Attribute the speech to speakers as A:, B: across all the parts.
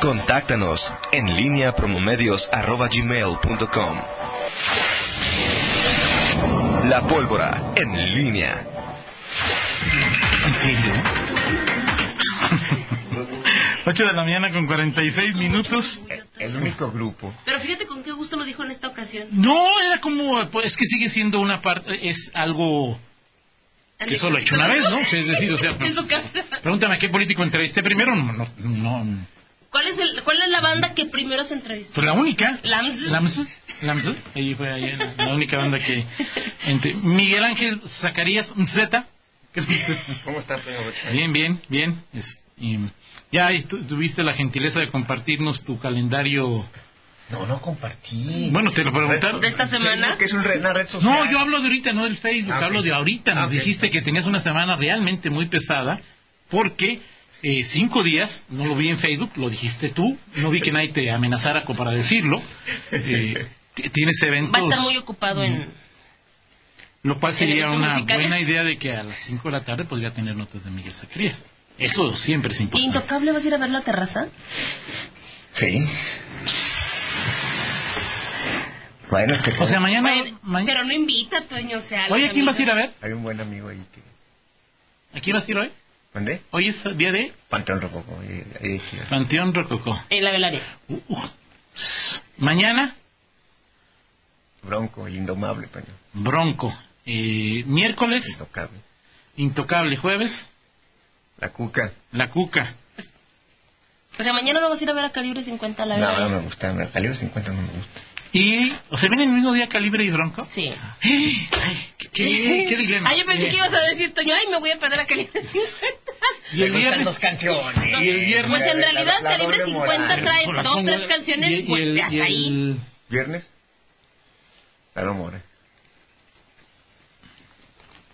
A: Contáctanos en línea promomedios.com. La pólvora en línea.
B: ¿En serio?
C: 8 de la mañana con 46 minutos.
B: El único grupo.
D: Pero fíjate con qué gusto lo dijo en esta ocasión.
C: No, era como, pues, es que sigue siendo una parte, es algo que solo he hecho una vez, ¿no? O sea, Es decir, o sea,
D: En su cara.
C: pregúntame a qué político entrevisté primero, no, no, no,
D: ¿Cuál es, el, ¿Cuál es la banda que primero se entrevistó?
C: pues la única.
D: Lams.
C: Lams. Lams. Ahí fue ahí la, la única banda que... entre- Miguel Ángel Zacarías Z.
B: ¿Cómo está, señor?
C: Bien, bien, bien. Es- y ya ahí tu- tuviste la gentileza de compartirnos tu calendario.
B: No, no compartí.
C: Bueno, te lo
B: Pues,
C: preguntaron.
D: ¿De esta semana?
B: Que es un re- una red social.
C: No, yo hablo de ahorita, no del Facebook,
B: Ah, ok.
C: hablo de ahorita. Nos
B: Ah, ok.
C: dijiste que tenías una semana realmente muy pesada porque eh, cinco días, no lo vi en Facebook, lo dijiste tú, no vi que nadie te amenazara co- para decirlo. Eh, t- tienes
D: Va a
C: eventos,
D: estar muy ocupado en...
C: lo cual sería
D: eventos
C: una
D: musicales.
C: buena idea de que a las cinco de la tarde podría tener notas de Miguel Zacarías. Eso siempre es importante.
D: ¿Intocable vas a ir a ver la terraza?
B: Sí. Bueno, es que
C: O sea, mañana...
D: Bueno,
C: ma-
D: pero no invita, Toño, o sea...
C: Oye,
D: los
C: ¿a quién vas a ir a
D: amigos.
C: ver?
B: hay un buen amigo ahí que...
C: ¿A quién vas a ir hoy?
B: ¿Mandé?
C: Hoy es día de
B: Panteón Rococo. ahí- ahí hay que ir.
C: Panteón Rococó.
D: En la velaria.
C: Uh, uh. Mañana,
B: Bronco, el indomable, pues, coño.
C: Bronco. Eh, miércoles,
B: Intocable.
C: Intocable. Jueves,
B: La cuca.
C: La Cuca.
D: O sea, mañana no vas a ir a ver a Calibre 50 a la
B: No,
D: velaria.
B: no me gusta. El calibre 50 no me gusta.
C: Y, o sea, vienen el mismo día Calibre y Bronco.
D: Sí.
C: Ay, qué, qué- qué dilema.
D: Ah, yo pensé que ibas a decir, Toño, ay, me voy a perder a Calibre 50.
C: Y el
B: Me gustan
C: viernes.
B: dos canciones.
C: Y el viernes.
D: Pues en
B: La-
D: realidad
B: la
D: Calibre
B: doble
D: 50
B: moral.
D: trae
C: Hola,
D: dos,
C: ¿cómo?
D: tres canciones,
C: Y- y
D: pues,
C: el-
D: te hasta
C: y el-
D: ahí.
B: ¿Viernes? Claro, mora.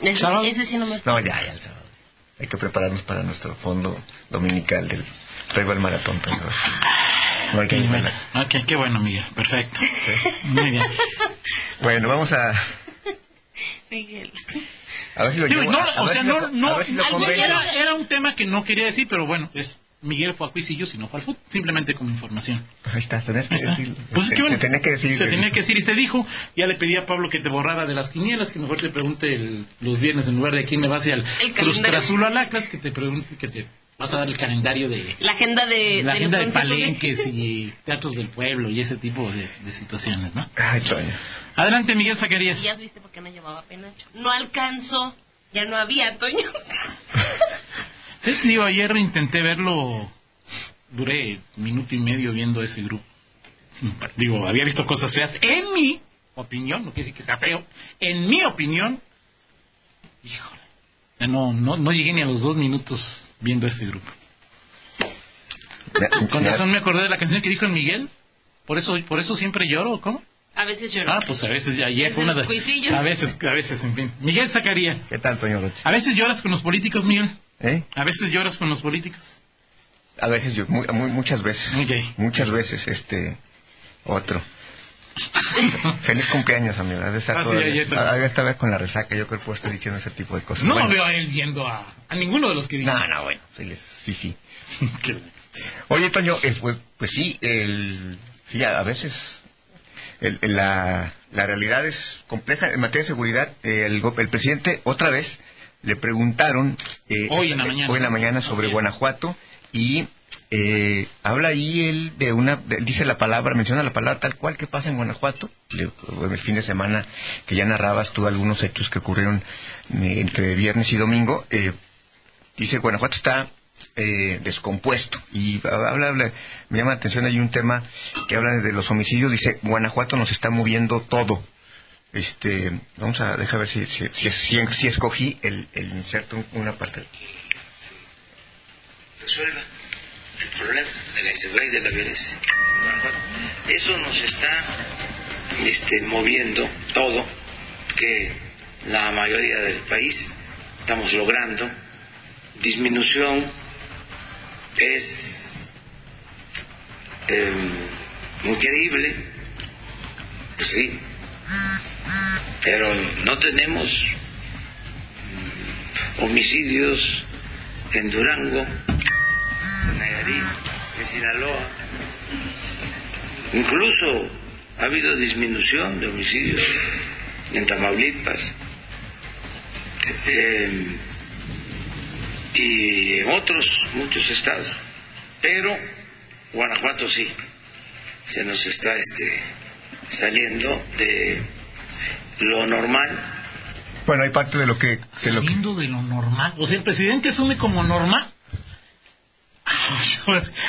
D: Ese,
C: ¿Sábado?
D: ese sí no me...
B: No, ya, ya el sábado. Hay que prepararnos para nuestro fondo dominical del Traigo el maratón, pero no hay que
C: Ok, bueno.
B: desvelarse.
C: Ok, qué bueno, Miguel. Perfecto. Muy bien.
B: Bueno, vamos a,
D: Miguel.
B: a ver si lo
C: Digo,
B: llevo.
C: no,
B: a- a
C: o
B: ver
C: sea,
B: si
C: no,
B: lo,
C: no,
B: a ver si lo
D: algún día-
B: convenzo.
C: era, era un tema que no quería decir, pero bueno, es Miguel fue a Cuisillos y no fue al fútbol, simplemente como información.
B: Ahí está, tenías que
C: Ahí está.
B: decirlo.
C: Pues es
B: Te-
C: que bueno,
B: te tenía que decir.
C: Se
B: que-
C: tenía que decir y se dijo. Ya le pedí a Pablo que te borrara de las quinielas, que mejor te pregunte el- los viernes en lugar de a quién le vas y al
D: calendario.
C: Cruz Azul o al Atlas, que te pregunte, que te vas a dar el calendario de
D: La agenda de...
C: la
D: Eh, de
C: agenda de
D: los conciertos de-
C: palenques y teatros del pueblo y ese tipo de, de situaciones, ¿no?
B: Ay, Toño.
C: Adelante, Miguel
D: Y
C: Zacarías.
D: ya viste por qué no llevaba penacho. No alcanzó. Ya no había, Toño.
C: Te digo, ayer intenté verlo, duré minuto y medio viendo ese grupo. Digo, había visto cosas feas. En mi opinión, no quiere decir que sea feo, en mi opinión, híjole, ya no, no, no llegué ni a los dos minutos viendo ese grupo.
B: Ya-
C: Con
B: ya-
C: razón me acordé de la canción que dijo el Miguel. Por eso, por eso siempre lloro, ¿cómo?
D: A veces lloró.
C: Ah, pues a veces ya ayer
D: Desde
C: fue una
D: los
C: de...
D: cuisillos.
C: A veces, a veces, en fin. Miguel Zacarías.
B: ¿Qué tal, Toño Rocha?
C: A veces lloras con los políticos, Miguel.
B: ¿Eh?
C: A veces lloras con los políticos.
B: A veces yo, mu- mu- muchas veces.
C: Ok.
B: Muchas veces, este, otro. Feliz cumpleaños, amigo. Has de estar
C: Ah, sí,
B: todavía-
C: ayer se-
B: Ah, yo estaba con la resaca, yo creo que puedo estar diciendo ese tipo de cosas.
C: No
B: Bueno,
C: veo a él viendo a, a ninguno de los que dijo.
B: No, no, bueno, feliz fifi.
C: Qué-
B: Oye, Toño, eh, pues, pues sí, el, sí, a a veces el- el- la, la realidad es compleja. En materia de seguridad, eh, el, go- el presidente otra vez le preguntaron eh,
C: Hoy en la mañana.
B: hoy en la mañana sobre
C: Así es.
B: Guanajuato y eh, habla ahí él de una, de- dice la palabra, menciona la palabra tal cual que pasa en Guanajuato. Le- El fin de semana que ya narrabas tú algunos hechos que ocurrieron eh, entre viernes y domingo. eh, dice Guanajuato está eh, descompuesto y habla, habla- me llama la atención hay un tema que habla de los homicidios dice Guanajuato nos está moviendo todo este vamos a dejar ver si si, si, si- si escogí el, el inserto una parte
E: resuelva el problema de la inseguridad y de la violencia. Eso nos está este, moviendo todo, que la mayoría del país estamos logrando. Disminución es eh, increíble, pues sí, pero no tenemos homicidios en Durango, en Nayarit, en Sinaloa. Incluso ha habido disminución de homicidios en Tamaulipas eh, y en otros muchos estados, pero Guanajuato sí se nos está este, saliendo de lo normal
B: Bueno, hay parte de lo que... De lo que
C: Saliendo de lo normal. O sea, el presidente asume como normal.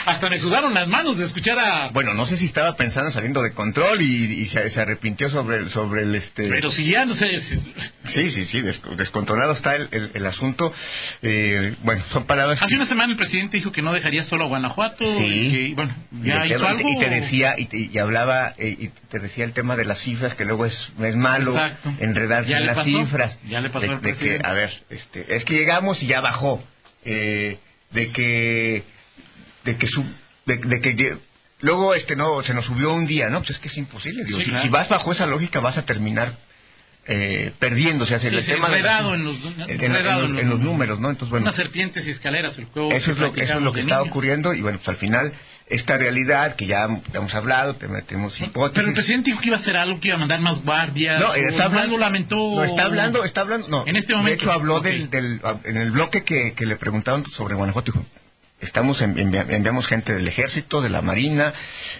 C: Hasta me sudaron las manos de escuchar a...
B: bueno, no sé si estaba pensando saliendo de control y, y se, se arrepintió sobre, el- sobre el... este
C: Pero si ya no sé... si-
B: Sí, sí, sí, des- descontrolado está el, el- el asunto. Eh, bueno, son palabras
C: Hace
B: que...
C: una semana el presidente dijo que no dejaría solo a Guanajuato.
B: Sí.
C: Y que, bueno, ya
B: y,
C: hizo
B: te-
C: algo.
B: y te decía, y, te- y hablaba, eh, y te decía el tema de las cifras, que luego es, es malo
C: Exacto.
B: enredarse
C: Ya
B: en
C: le
B: las
C: pasó.
B: cifras.
C: Ya le pasó
B: De-
C: al
B: de que,
C: presidente.
B: A ver, este, es que llegamos y ya bajó. Eh, de que, de que su, de, de que lle- luego este no se nos subió un día, no, pues es que es imposible. digo,
C: Sí,
B: si,
C: claro.
B: si vas bajo esa lógica vas a terminar eh, perdiendo, o sea,
C: Sí,
B: el
C: sí,
B: tema de las-
C: enredado en los-
B: en-
C: enredado
B: en-
C: en
B: en
C: los-
B: los números, ¿no? Entonces bueno,
C: Unas serpientes y escaleras, el juego.
B: eso es lo, eso es lo
C: practicábamos
B: que
C: de
B: está
C: niño.
B: ocurriendo y bueno, pues al final esta realidad que ya, ya hemos hablado, te metemos hipótesis.
C: Pero el presidente dijo que iba a hacer algo, que iba a mandar más guardias.
B: no,
C: o
B: está hablando,
C: algo lamentó.
B: No, está hablando, está hablando, no.
C: En este momento,
B: De hecho, habló
C: ok.
B: del, del- ah, en el bloque que, que le preguntaban sobre Guanajuato, dijo, estamos, en- envia- enviamos gente del ejército, de la marina,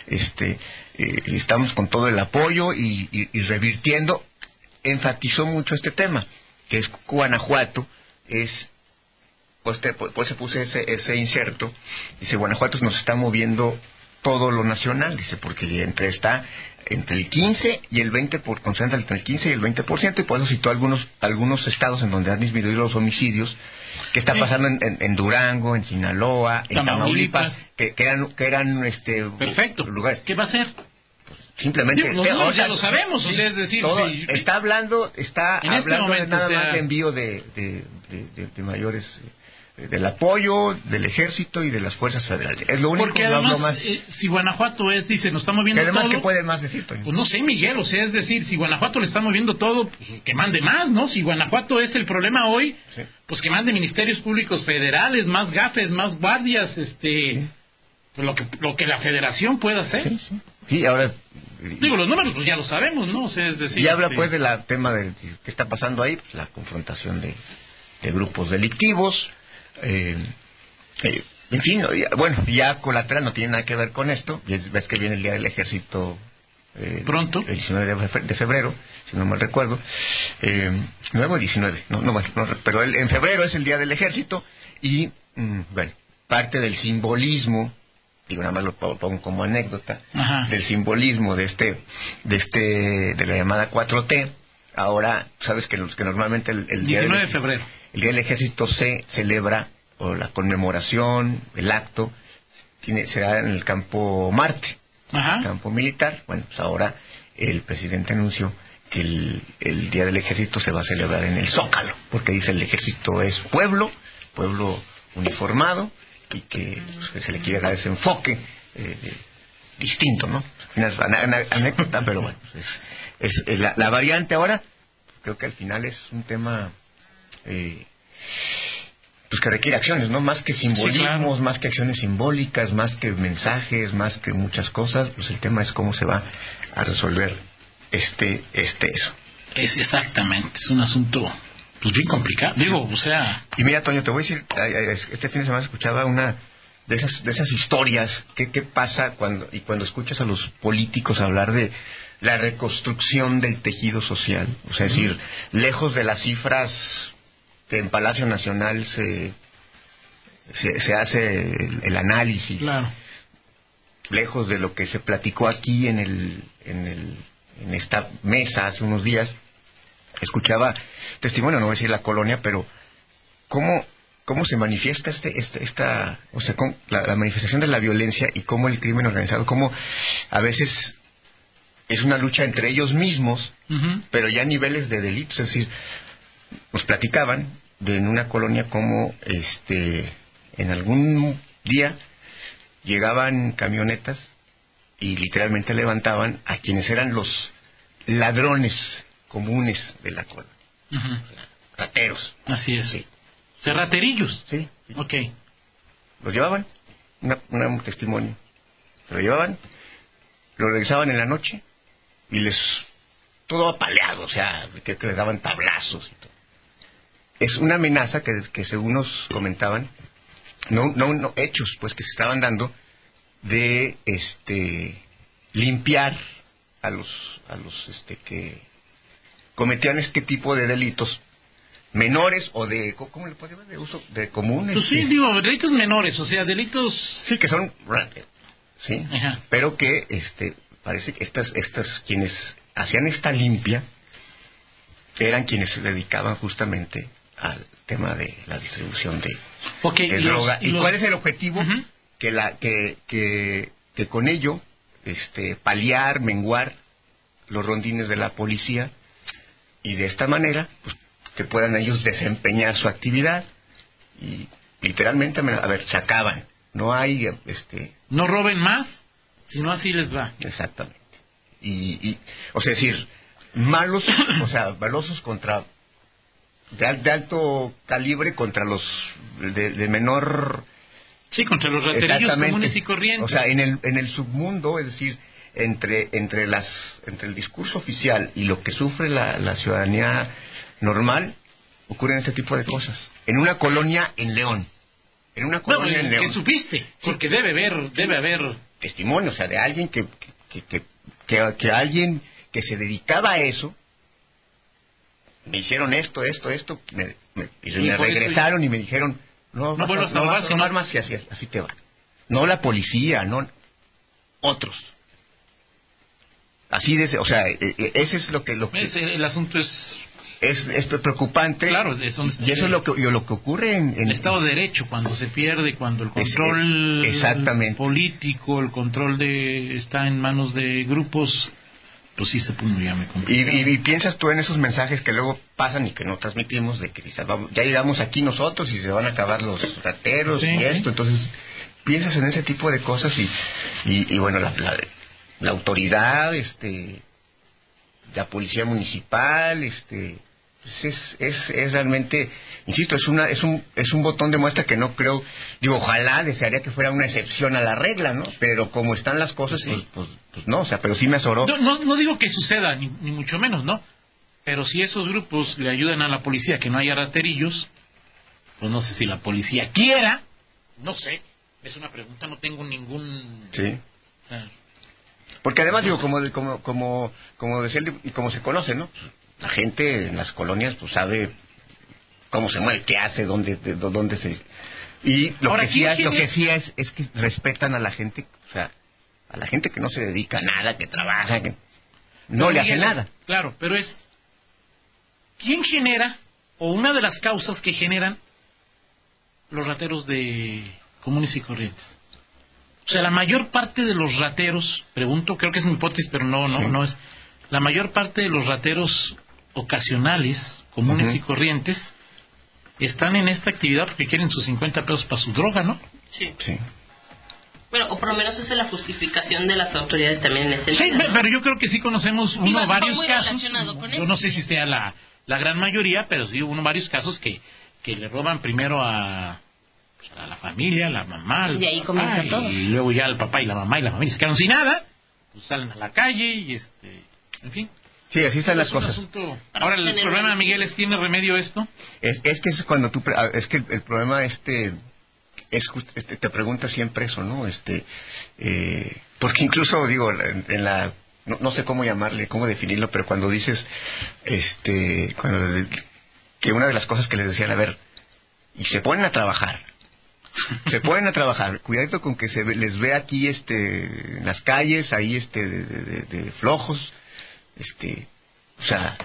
B: este, eh, estamos con todo el apoyo y, y- y revirtiendo, enfatizó mucho este tema, que es Guanajuato, es pues, te- por, por eso puse ese, ese inserto. Dice, Guanajuato nos está moviendo todo lo nacional, dice, porque entre está entre el 15 y el 20 por concentra entre el 15 y el 20% y por eso citó algunos algunos estados en donde han disminuido los homicidios que está
C: Sí.
B: pasando en, en- en Durango, en Sinaloa, en
C: Tamaulipas.
B: Tamaulipas, que, que eran que eran este
C: Perfecto.
B: lugares
C: ¿Qué va a hacer?
B: simplemente
C: Digo, los
B: te-
C: números
B: o sea,
C: ya lo sabemos, o sea, es decir,
B: todo-
C: si-
B: está hablando está
C: En este
B: hablando de
C: momento,
B: nada
C: o sea-
B: más de envío de, de- de- de- de mayores eh, del apoyo del ejército y de las fuerzas federales es lo único
C: Porque
B: no habló
C: además,
B: más
C: eh, si Guanajuato es, dice, nos está
B: que
C: moviendo
B: además
C: todo.
B: que puede más decir Toño?
C: Pues no sé, Miguel, o sea, es decir, si Guanajuato le está moviendo todo, pues que mande más, ¿no? Si Guanajuato es el problema hoy,
B: Sí.
C: pues que mande ministerios públicos federales, más gafes, más guardias, este, pues lo que, lo que la federación pueda hacer.
B: sí ahora
C: Digo, los números pues ya lo sabemos, ¿no? O sea, es decir...
B: y habla
C: este,
B: pues del tema de qué está pasando ahí, pues, la confrontación de, de grupos delictivos, eh, eh, en fin, no, ya- bueno, ya colateral no tiene nada que ver con esto, ves ves que viene el Día del Ejército eh,
C: Pronto.
B: el 19 de fe- de febrero, si no mal recuerdo, eh, nuevo 19, no, no, bueno, no re- pero el- en febrero es el Día del Ejército y, mm, bueno, parte del simbolismo, digo, nada más lo po- pongo como anécdota,
C: Ajá.
B: del simbolismo de este, de este, de la llamada 4T, ahora, sabes que, los- que normalmente el, el Día del
C: 19 de
B: Ej-
C: febrero.
B: el Día del Ejército se celebra, o la conmemoración, el acto, tiene, será en el campo Marte,
C: Ajá.
B: campo militar. Bueno, pues ahora el presidente anunció que el, el Día del Ejército se va a celebrar en el Zócalo, porque dice el ejército es pueblo, pueblo uniformado, y que pues, que se le quiere dar ese enfoque eh, de- distinto, ¿no? Al final, es ana- ana- anécdota, pero bueno, pues, es, es, la, la variante ahora, creo que al final es un tema... eh, pues que requiere acciones, ¿no? Más que simbolismos,
C: claro.
B: más que acciones simbólicas, más que mensajes, más que muchas cosas, pues el tema es cómo se va a resolver este, este eso.
C: Es exactamente, es un asunto pues bien complicado. Digo, o sea...
B: Y mira, Toño, te voy a decir, ay, ay, este fin de semana escuchaba una de esas, de esas historias, ¿qué, qué pasa cuando, y cuando escuchas a los políticos hablar de la reconstrucción del tejido social? O sea, es decir, lejos de las cifras que en Palacio Nacional se, se, se hace el, el análisis, lejos de lo que se platicó aquí en el, en el en esta mesa hace unos días escuchaba testimonio no voy a decir la colonia pero cómo cómo se manifiesta este, este- esta o sea cómo- la, la manifestación de la violencia y cómo el crimen organizado cómo a veces es una lucha entre ellos mismos
C: Ujú.
B: pero ya niveles de delitos, es decir, nos platicaban de en una colonia como este en algún día llegaban camionetas y literalmente levantaban a quienes eran los ladrones comunes de la colonia,
C: Ujú.
B: rateros,
C: Así es.
B: Sí.
C: Cerraterillos.
B: sí,
C: Ok.
B: los llevaban una- una- un testimonio. Se lo llevaban, lo regresaban en la noche y les... Todo apaleado, o sea, que, que les daban tablazos y todo. Es una amenaza que, que según nos comentaban, no, no, no, hechos pues que se estaban dando de este limpiar a los a los este que cometían este tipo de delitos menores o de co- cómo le puede llamar de uso de comunes
C: Pues sí,
B: sí.
C: digo, delitos menores, o sea, delitos...
B: Sí, que son ra- sí
C: Ajá.
B: pero que este parece que estas estas quienes hacían esta limpia eran quienes se dedicaban justamente al tema de la distribución de
C: Ok,
B: de
C: los-
B: droga. ¿Y
C: los-
B: cuál es el objetivo?
C: Ujú.
B: que, la, que, que, que con ello este, paliar, menguar los rondines de la policía y de esta manera pues, que puedan ellos desempeñar su actividad y literalmente, me- a ver, se acaban. No hay, este,
C: No roben más, sino así les va.
B: exactamente. Y, y- o sea, es decir, malos, o sea, malosos contra, de, al- de alto calibre contra los de- de menor
C: Sí, contra los raterillos
B: Exactamente.
C: comunes y corrientes.
B: O sea, en el, en el submundo, es decir, entre, entre, las, entre el discurso oficial y lo que sufre la, la ciudadanía normal, ocurren este tipo de cosas. En una colonia en León. En una
C: Bueno,
B: colonia en
C: eh, que
B: León.
C: supiste, porque debe haber, debe haber...
B: Testimonio, o sea, de alguien que, que, que, que, que alguien que se dedicaba a eso, me hicieron esto, esto, esto, me- me- y
C: Y
B: me
C: por eso-
B: regresaron y me dijeron, no, vas
C: vuelvas a
B: no
C: robar,
B: vas a
C: sino-
B: robar más y así, así te van. No la policía, no otros. Así de, o sea, eh, eh, ese es lo que lo que-
C: es- el asunto es
B: es, es preocupante.
C: Claro, es un-
B: y eso es lo que yo- lo que ocurre en, en-
C: el Estado de Derecho, cuando se pierde, cuando el
B: Es- eh,
C: control
B: exactamente.
C: político, el control de está en manos de grupos, pues sí se pone ya me
B: Y,
C: complica.
B: y- y piensas tú en esos mensajes que luego pasan y que no transmitimos de que quizás vamos- ya llegamos aquí nosotros y se van a acabar los rateros
C: Sí.
B: y esto. Entonces piensas en ese tipo de cosas y, y, y bueno, la, la- la autoridad, este, la policía municipal, este, pues es, es, es realmente, insisto, es, una, es, un, es un botón de muestra que no creo, digo, ojalá desearía que fuera una excepción a la regla, ¿no? Pero como están las cosas, pues, pues, pues no, o sea, pero sí me azoró.
C: No, no, no digo que suceda, ni, ni mucho menos, ¿no? Pero si esos grupos le ayudan a la policía que no haya raterillos, pues no sé si la policía quiera, no sé, es una pregunta, no tengo ningún...
B: Sí.
C: eh,
B: Porque además, digo, como, como, como, como decía, el dip- y como se conoce, ¿no? La gente en las colonias, pues sabe cómo se mueve, qué hace, dónde, de- de- dónde se... Y lo
C: Ahora,
B: que sí,
C: ¿quién
B: es, lo
C: genera-
B: que sí es, es que respetan a la gente, o sea, a la gente que no se dedica a nada, que trabaja, que no
C: Pero
B: le hace
C: Miguel, es-
B: nada.
C: Claro, pero es quién genera o una de las causas que generan los rateros de comunes y corrientes. O sea, la mayor parte de los rateros, pregunto, creo que es mi hipótesis, pero no, no,
B: Sí.
C: no es. La mayor parte de los rateros ocasionales, comunes
B: Ujú.
C: y corrientes, están en esta actividad porque quieren sus 50 pesos para su droga, ¿no?
D: Sí.
B: Sí.
D: Bueno, o por lo menos esa es la justificación de las autoridades también en ese
C: Sí,
D: tema,
C: pe-
D: ¿no?
C: pero yo creo que sí conocemos uno
D: va- va
C: varios
D: muy
C: casos.
D: relacionado con
C: Yo
D: eso.
C: no sé si sea la, la gran mayoría, pero sí uno varios casos que, que le roban primero a, pues, a la familia, a la mamá, al
D: Y ahí
C: papá,
D: comienza todo.
C: y luego ya el papá y la mamá y la familia se quedaron sin nada, pues salen a la calle y este, en fin.
B: Sí, así están las
C: es un
B: cosas.
C: asunto- Ahora el
D: General,
C: problema,
D: sí.
C: Miguel, es tiene remedio esto.
B: Es, es que es cuando tú, pre- ah, es que el, el problema este es just- este, te pregunta siempre eso, ¿no? Este, eh, porque incluso digo en, en la no, no sé cómo llamarle, cómo definirlo, pero cuando dices, este, cuando de- que una de las cosas que les decían, a ver, y se ponen a trabajar, se ponen a trabajar, cuidadito con que se ve- les ve aquí, este, en las calles, ahí, este, de, de- de- de flojos, este, o sea,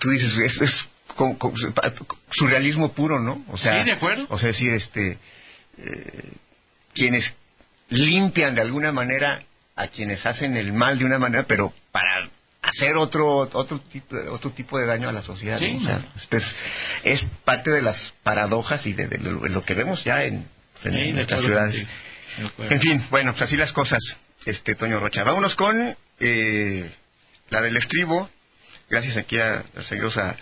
B: tú dices, es, es con- con- surrealismo puro, ¿no? O sea,
C: Sí, de acuerdo.
B: O sea, decir, este, eh, quienes limpian de alguna manera a quienes hacen el mal de una manera, pero para hacer otro otro tipo otro tipo de daño a la sociedad.
C: Sí.
B: ¿no? O sea, este es, es parte de las paradojas y de, de lo, lo que vemos ya en, en
C: Sí, de
B: nuestras
C: acuerdo
B: ciudades.
C: contigo. De acuerdo.
B: En fin, bueno, pues así las cosas, este Toño Rocha. Vámonos con eh, la del estribo. Gracias aquí a, a, seguidos a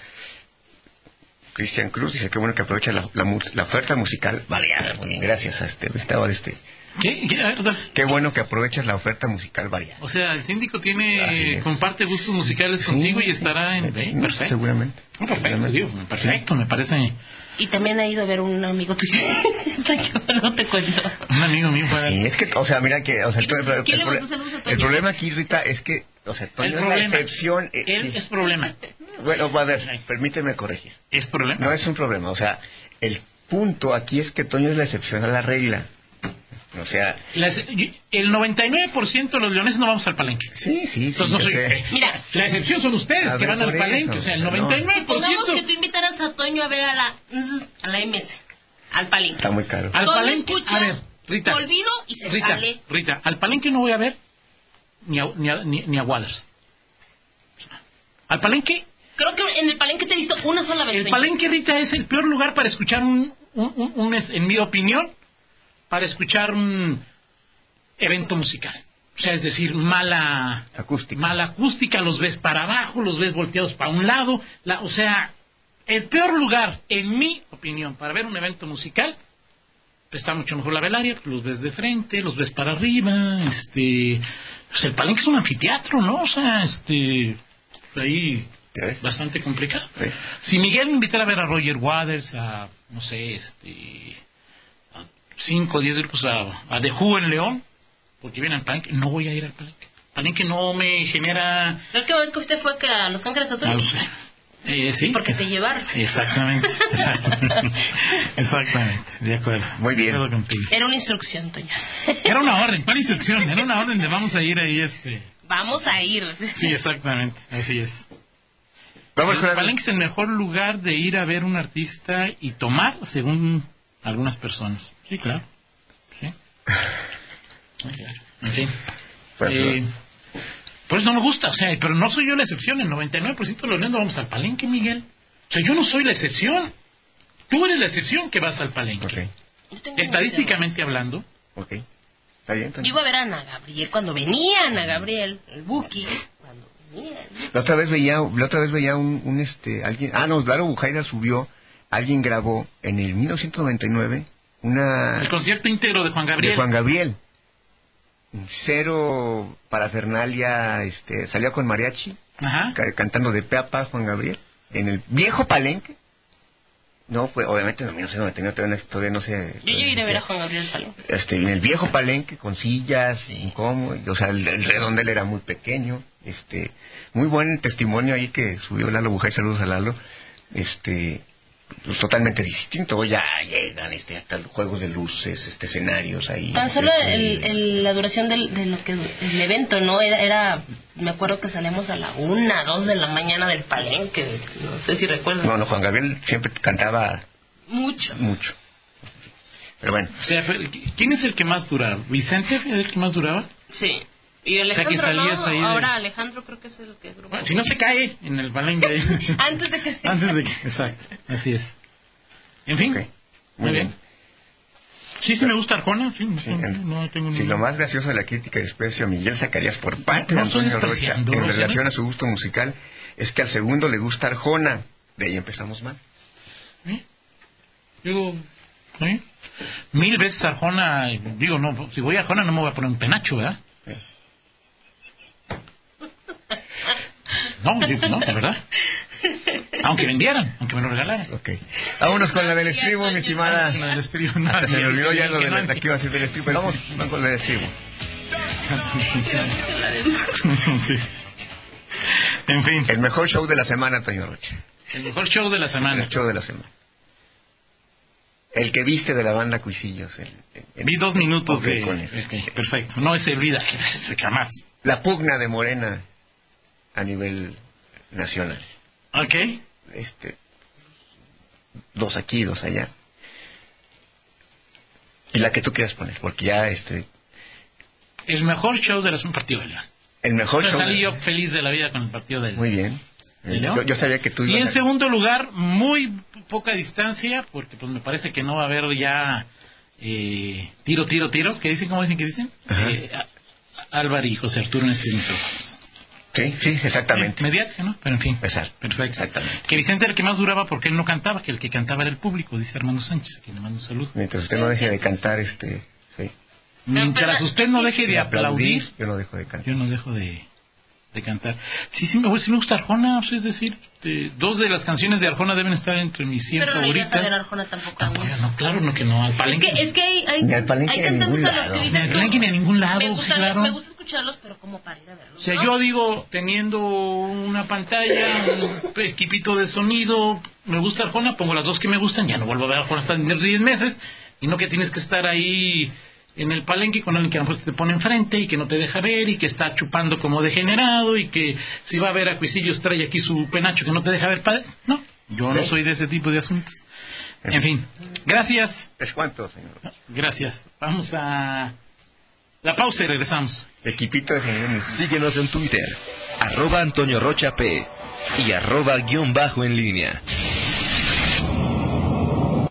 B: Cristian Cruz dice que bueno que aprovecha la, la mu- la oferta musical variada. Muy bien, gracias a este. Estaba de este.
C: ¿Qué? ¿Qué? A ver, o sea,
B: Qué bueno que aprovechas la oferta musical variada.
C: o sea, el síndico
B: Así
C: tiene
B: es.
C: comparte gustos musicales contigo y estará en...
B: Sí,
C: eh, perfecto.
B: Seguramente.
C: No, Perfecto,
B: Seguramente.
C: digo, perfecto, me parece...
D: Y también ha ido a ver un amigo tuyo. Yo no te cuento.
C: Un amigo mío fue a ver-
B: Sí, es que, o sea, mira que, o sea,
D: ¿Quién-
B: todo- el,
D: quién le
B: proble-
D: mandó saludos a Toño?
B: el problema aquí, Rita, es que, o sea, Toño
C: El
B: es la
C: problema.
B: excepción. eh,
C: Él
B: sí.
C: es problema.
B: Bueno, a ver, permíteme corregir.
C: Es problema.
B: No es un problema, o sea, el punto aquí es que Toño es la excepción a la regla. O sea,
C: Las- yo- el 99% de los leoneses no vamos al palenque.
B: sí, sí, sí.
C: Entonces, no
B: yo
C: soy-
B: sé.
C: eh,
D: Mira.
C: la excepción son ustedes
B: A
C: que
B: ver,
C: van al
B: por
C: palenque.
B: eso,
C: O sea, el
B: no.
D: Supongamos que
C: 99%.
D: tú invitaras a Toño a ver a la... A la MS. Al palenque.
B: Está muy caro.
C: Al
D: Toño
C: palenque.
D: escucha,
C: A ver, Rita.
D: Olvido y se
C: Rita,
D: sale.
C: Rita, al palenque no voy a ver ni a, ni a, ni- ni a Waters. Al palenque.
D: Creo que en el palenque te he visto una sola vez.
C: El
D: Toño.
C: palenque, Rita, es el peor lugar para escuchar un, un- un- un es- en mi opinión, para escuchar un evento musical. O sea, es decir, mala.
B: Acústica.
C: Mala acústica, los ves para abajo, los ves volteados para un lado. la- o sea, el peor lugar, en mi opinión, para ver un evento musical, pues está mucho mejor la velaria, porque los ves de frente, los ves para arriba, este... Pues el palenque es un anfiteatro, ¿no? O sea, este... pues ahí
B: ¿Eh?
C: bastante complicado.
B: ¿Eh?
C: Si Miguel me invitara a ver a Roger Waters, a, no sé, este... A cinco o diez grupos, a, a The Who en León, porque viene al palenque, no voy a ir al palenque. Palenque no me genera...
D: La última vez que fuiste fue que a Los Ángeles
C: No Ah, lo
D: Azules.
C: sé. Eh, sí.
D: porque
C: es-
D: te llevaron.
C: Exactamente. exactamente. Exactamente. De acuerdo.
B: Muy bien.
C: De acuerdo contigo.
D: Era una instrucción, Toño.
C: Era una orden, para instrucción, era una orden de vamos a ir ahí este.
D: Vamos a ir.
C: Sí, exactamente, así es.
B: Vamos
C: El
B: con la...
C: Palenque es el mejor lugar de ir a ver un artista y tomar, según algunas personas. Sí, claro. Sí. Sí, claro. En fin. Eh, pues no me gusta, o sea, pero no soy yo la excepción. El 99% de los niños vamos al palenque, Miguel. O sea, yo no soy la excepción. Tú eres la excepción que vas al palenque.
B: Ok,
D: Yo tengo
C: Estadísticamente hablando,
B: ok.
D: una
B: ¿Está bien,
D: idea. Yo
B: Toño?
D: iba a ver a Ana Gabriel cuando venía Ana Gabriel, el Buki. Cuando venía.
B: La otra vez veía, la otra vez veía un, un, este, alguien, ah, no, Laro Bujaira subió, alguien grabó en el 1999 una
C: el concierto íntegro de Juan Gabriel.
B: de Juan Gabriel. Cero parafernalia, este, salió con mariachi,
C: Ajá.
B: ca- cantando de pe a pa Juan Gabriel, en el viejo palenque. No fue, obviamente, en el 1999 todavía no- todavía no sé.
D: Yo ya iré a ver a Juan Gabriel al Palenque.
B: Este, en el viejo palenque con sillas incómodo o sea el, el redondel era muy pequeño este muy buen testimonio ahí que subió Lalo Bujay saludos a Lalo este pues, totalmente distinto ya llegan este hasta los juegos de luces este escenarios ahí
D: Tan solo
B: este,
D: el- el- la duración del, de lo que, el evento, ¿no? Era, era- me acuerdo que salíamos a la una, dos de la mañana del palenque. No sé si recuerdas.
B: no no Juan Gabriel siempre cantaba
D: Mucho.
B: mucho pero bueno
C: O sea, pero, ¿quién es el que más duraba? ¿Vicente fue el que más duraba?
D: Sí. Y
C: sea,
D: Alejandro,
C: que salías
D: ¿no?
C: ahí de-
D: Ahora Alejandro creo que es el que grupo.
C: Bueno, si no se cae en el palenque.
D: Antes de que...
C: Antes de que. Exacto, así es. En fin.
B: ok, muy
C: Muy
B: bien,
C: bien. Sí, sí me gusta Arjona. Sí,
B: Sí,
C: no,
B: en-
C: no tengo
B: si
C: ningún-
B: lo más gracioso de la crítica y desprecio a Miguel Zacarías por parte
C: No
B: de
C: estoy
B: Antonio Rocha
C: despreciando,
B: en
C: Rocha,
B: relación
C: ¿no?
B: a su gusto musical es que al segundo le gusta Arjona. De ahí empezamos mal.
C: ¿Eh? Digo, ¿eh? Mil veces Arjona. Digo, no, si voy a Arjona no me voy a poner un penacho, ¿verdad?
B: Eh.
C: No, digo, no, la verdad. Aunque vendieran, aunque me lo regalaran.
B: Ok. Vámonos con la del estribo, mi estimada.
C: Con el estribo, no,
B: Hasta Ah. se me olvidó ya
C: sí,
B: lo
C: que
B: de
C: no,
B: la la que iba a ser del estribo. pero Vamos, vamos con la del estribo.
C: Sí. En fin,
B: El mejor show de la semana, Toño Rocha.
C: el mejor show de la semana.
B: El show de la semana. El que viste de la banda Cuisillos. el- el- el-
C: Vi dos minutos
B: Ok,
C: de...
B: con eso.
C: ok, perfecto. No se olvida que que jamás.
B: La pugna de Morena a nivel nacional.
C: Ok.
B: este dos aquí, dos allá. Y la que tú quieras poner, porque ya este
C: El mejor show de la semana. Partido de León.
B: el
C: O
B: mejor
C: sea,
B: show.
C: salí yo feliz de la vida con el partido de León.
B: Muy bien.
C: ¿Y León?
B: Yo, yo sabía que tú
C: Y en
B: ibas a-
C: segundo lugar, muy poca distancia, porque pues me parece que no va a haber ya eh, tiro, tiro, tiro. ¿Qué dicen? ¿Cómo dicen que dicen?
B: Ajá.
C: Eh, a- Álvaro y José Arturo en estos micrófonos.
B: Sí, sí, exactamente.
C: Mediática, ¿no? Pero en fin.
B: Exacto.
C: Perfecto.
B: Exactamente.
C: Que Vicente era el que más duraba porque él no cantaba, que el que cantaba era el público, dice Armando Sánchez, a quien le mando un saludo.
B: Mientras usted no deje de cantar, este, sí,
C: Mientras usted no deje de aplaudir,
B: yo no dejo de cantar.
C: yo no dejo de, de cantar. Sí, sí me, sí me gusta Arjona, o sea, es decir, de- dos de las canciones de Arjona deben estar entre mis 100
D: Pero no irías a ver
C: favoritas.
D: Arjona tampoco.
C: Tampoco,
D: ¿no?
C: no, claro, no que no, al
D: Es
C: palenque.
D: que, es que hay, hay,
B: Ni al palenque
D: hay
B: ni a
D: cantantes
B: ningún
D: a los que
B: lado.
C: Ni
D: dices
C: al
D: tú,
C: palenque ni a ningún lado,
D: me
C: sí,
D: gusta,
C: claro.
D: me gusta escucharlos, pero como para ir a verlos.
C: O sea,
D: ¿no?
C: yo digo, teniendo una pantalla, un equipito de sonido, me gusta Arjona, pongo las dos que me gustan, ya no vuelvo a ver Arjona hasta dentro de 10 meses, y no que tienes que estar ahí en el palenque con alguien que a lo mejor te pone enfrente y que no te deja ver y que está chupando como degenerado y que si va a ver a Cuisillos trae aquí su penacho que no te deja ver padre. No, yo no
B: Ok. Em.
C: soy de ese tipo de asuntos. En fin, gracias,
B: ¿Es cuánto, señor?
C: gracias. Vamos a la pausa y regresamos.
B: Equipito de señores.
A: Síguenos en Twitter, arroba Antonio Rocha P y arroba guión bajo en línea.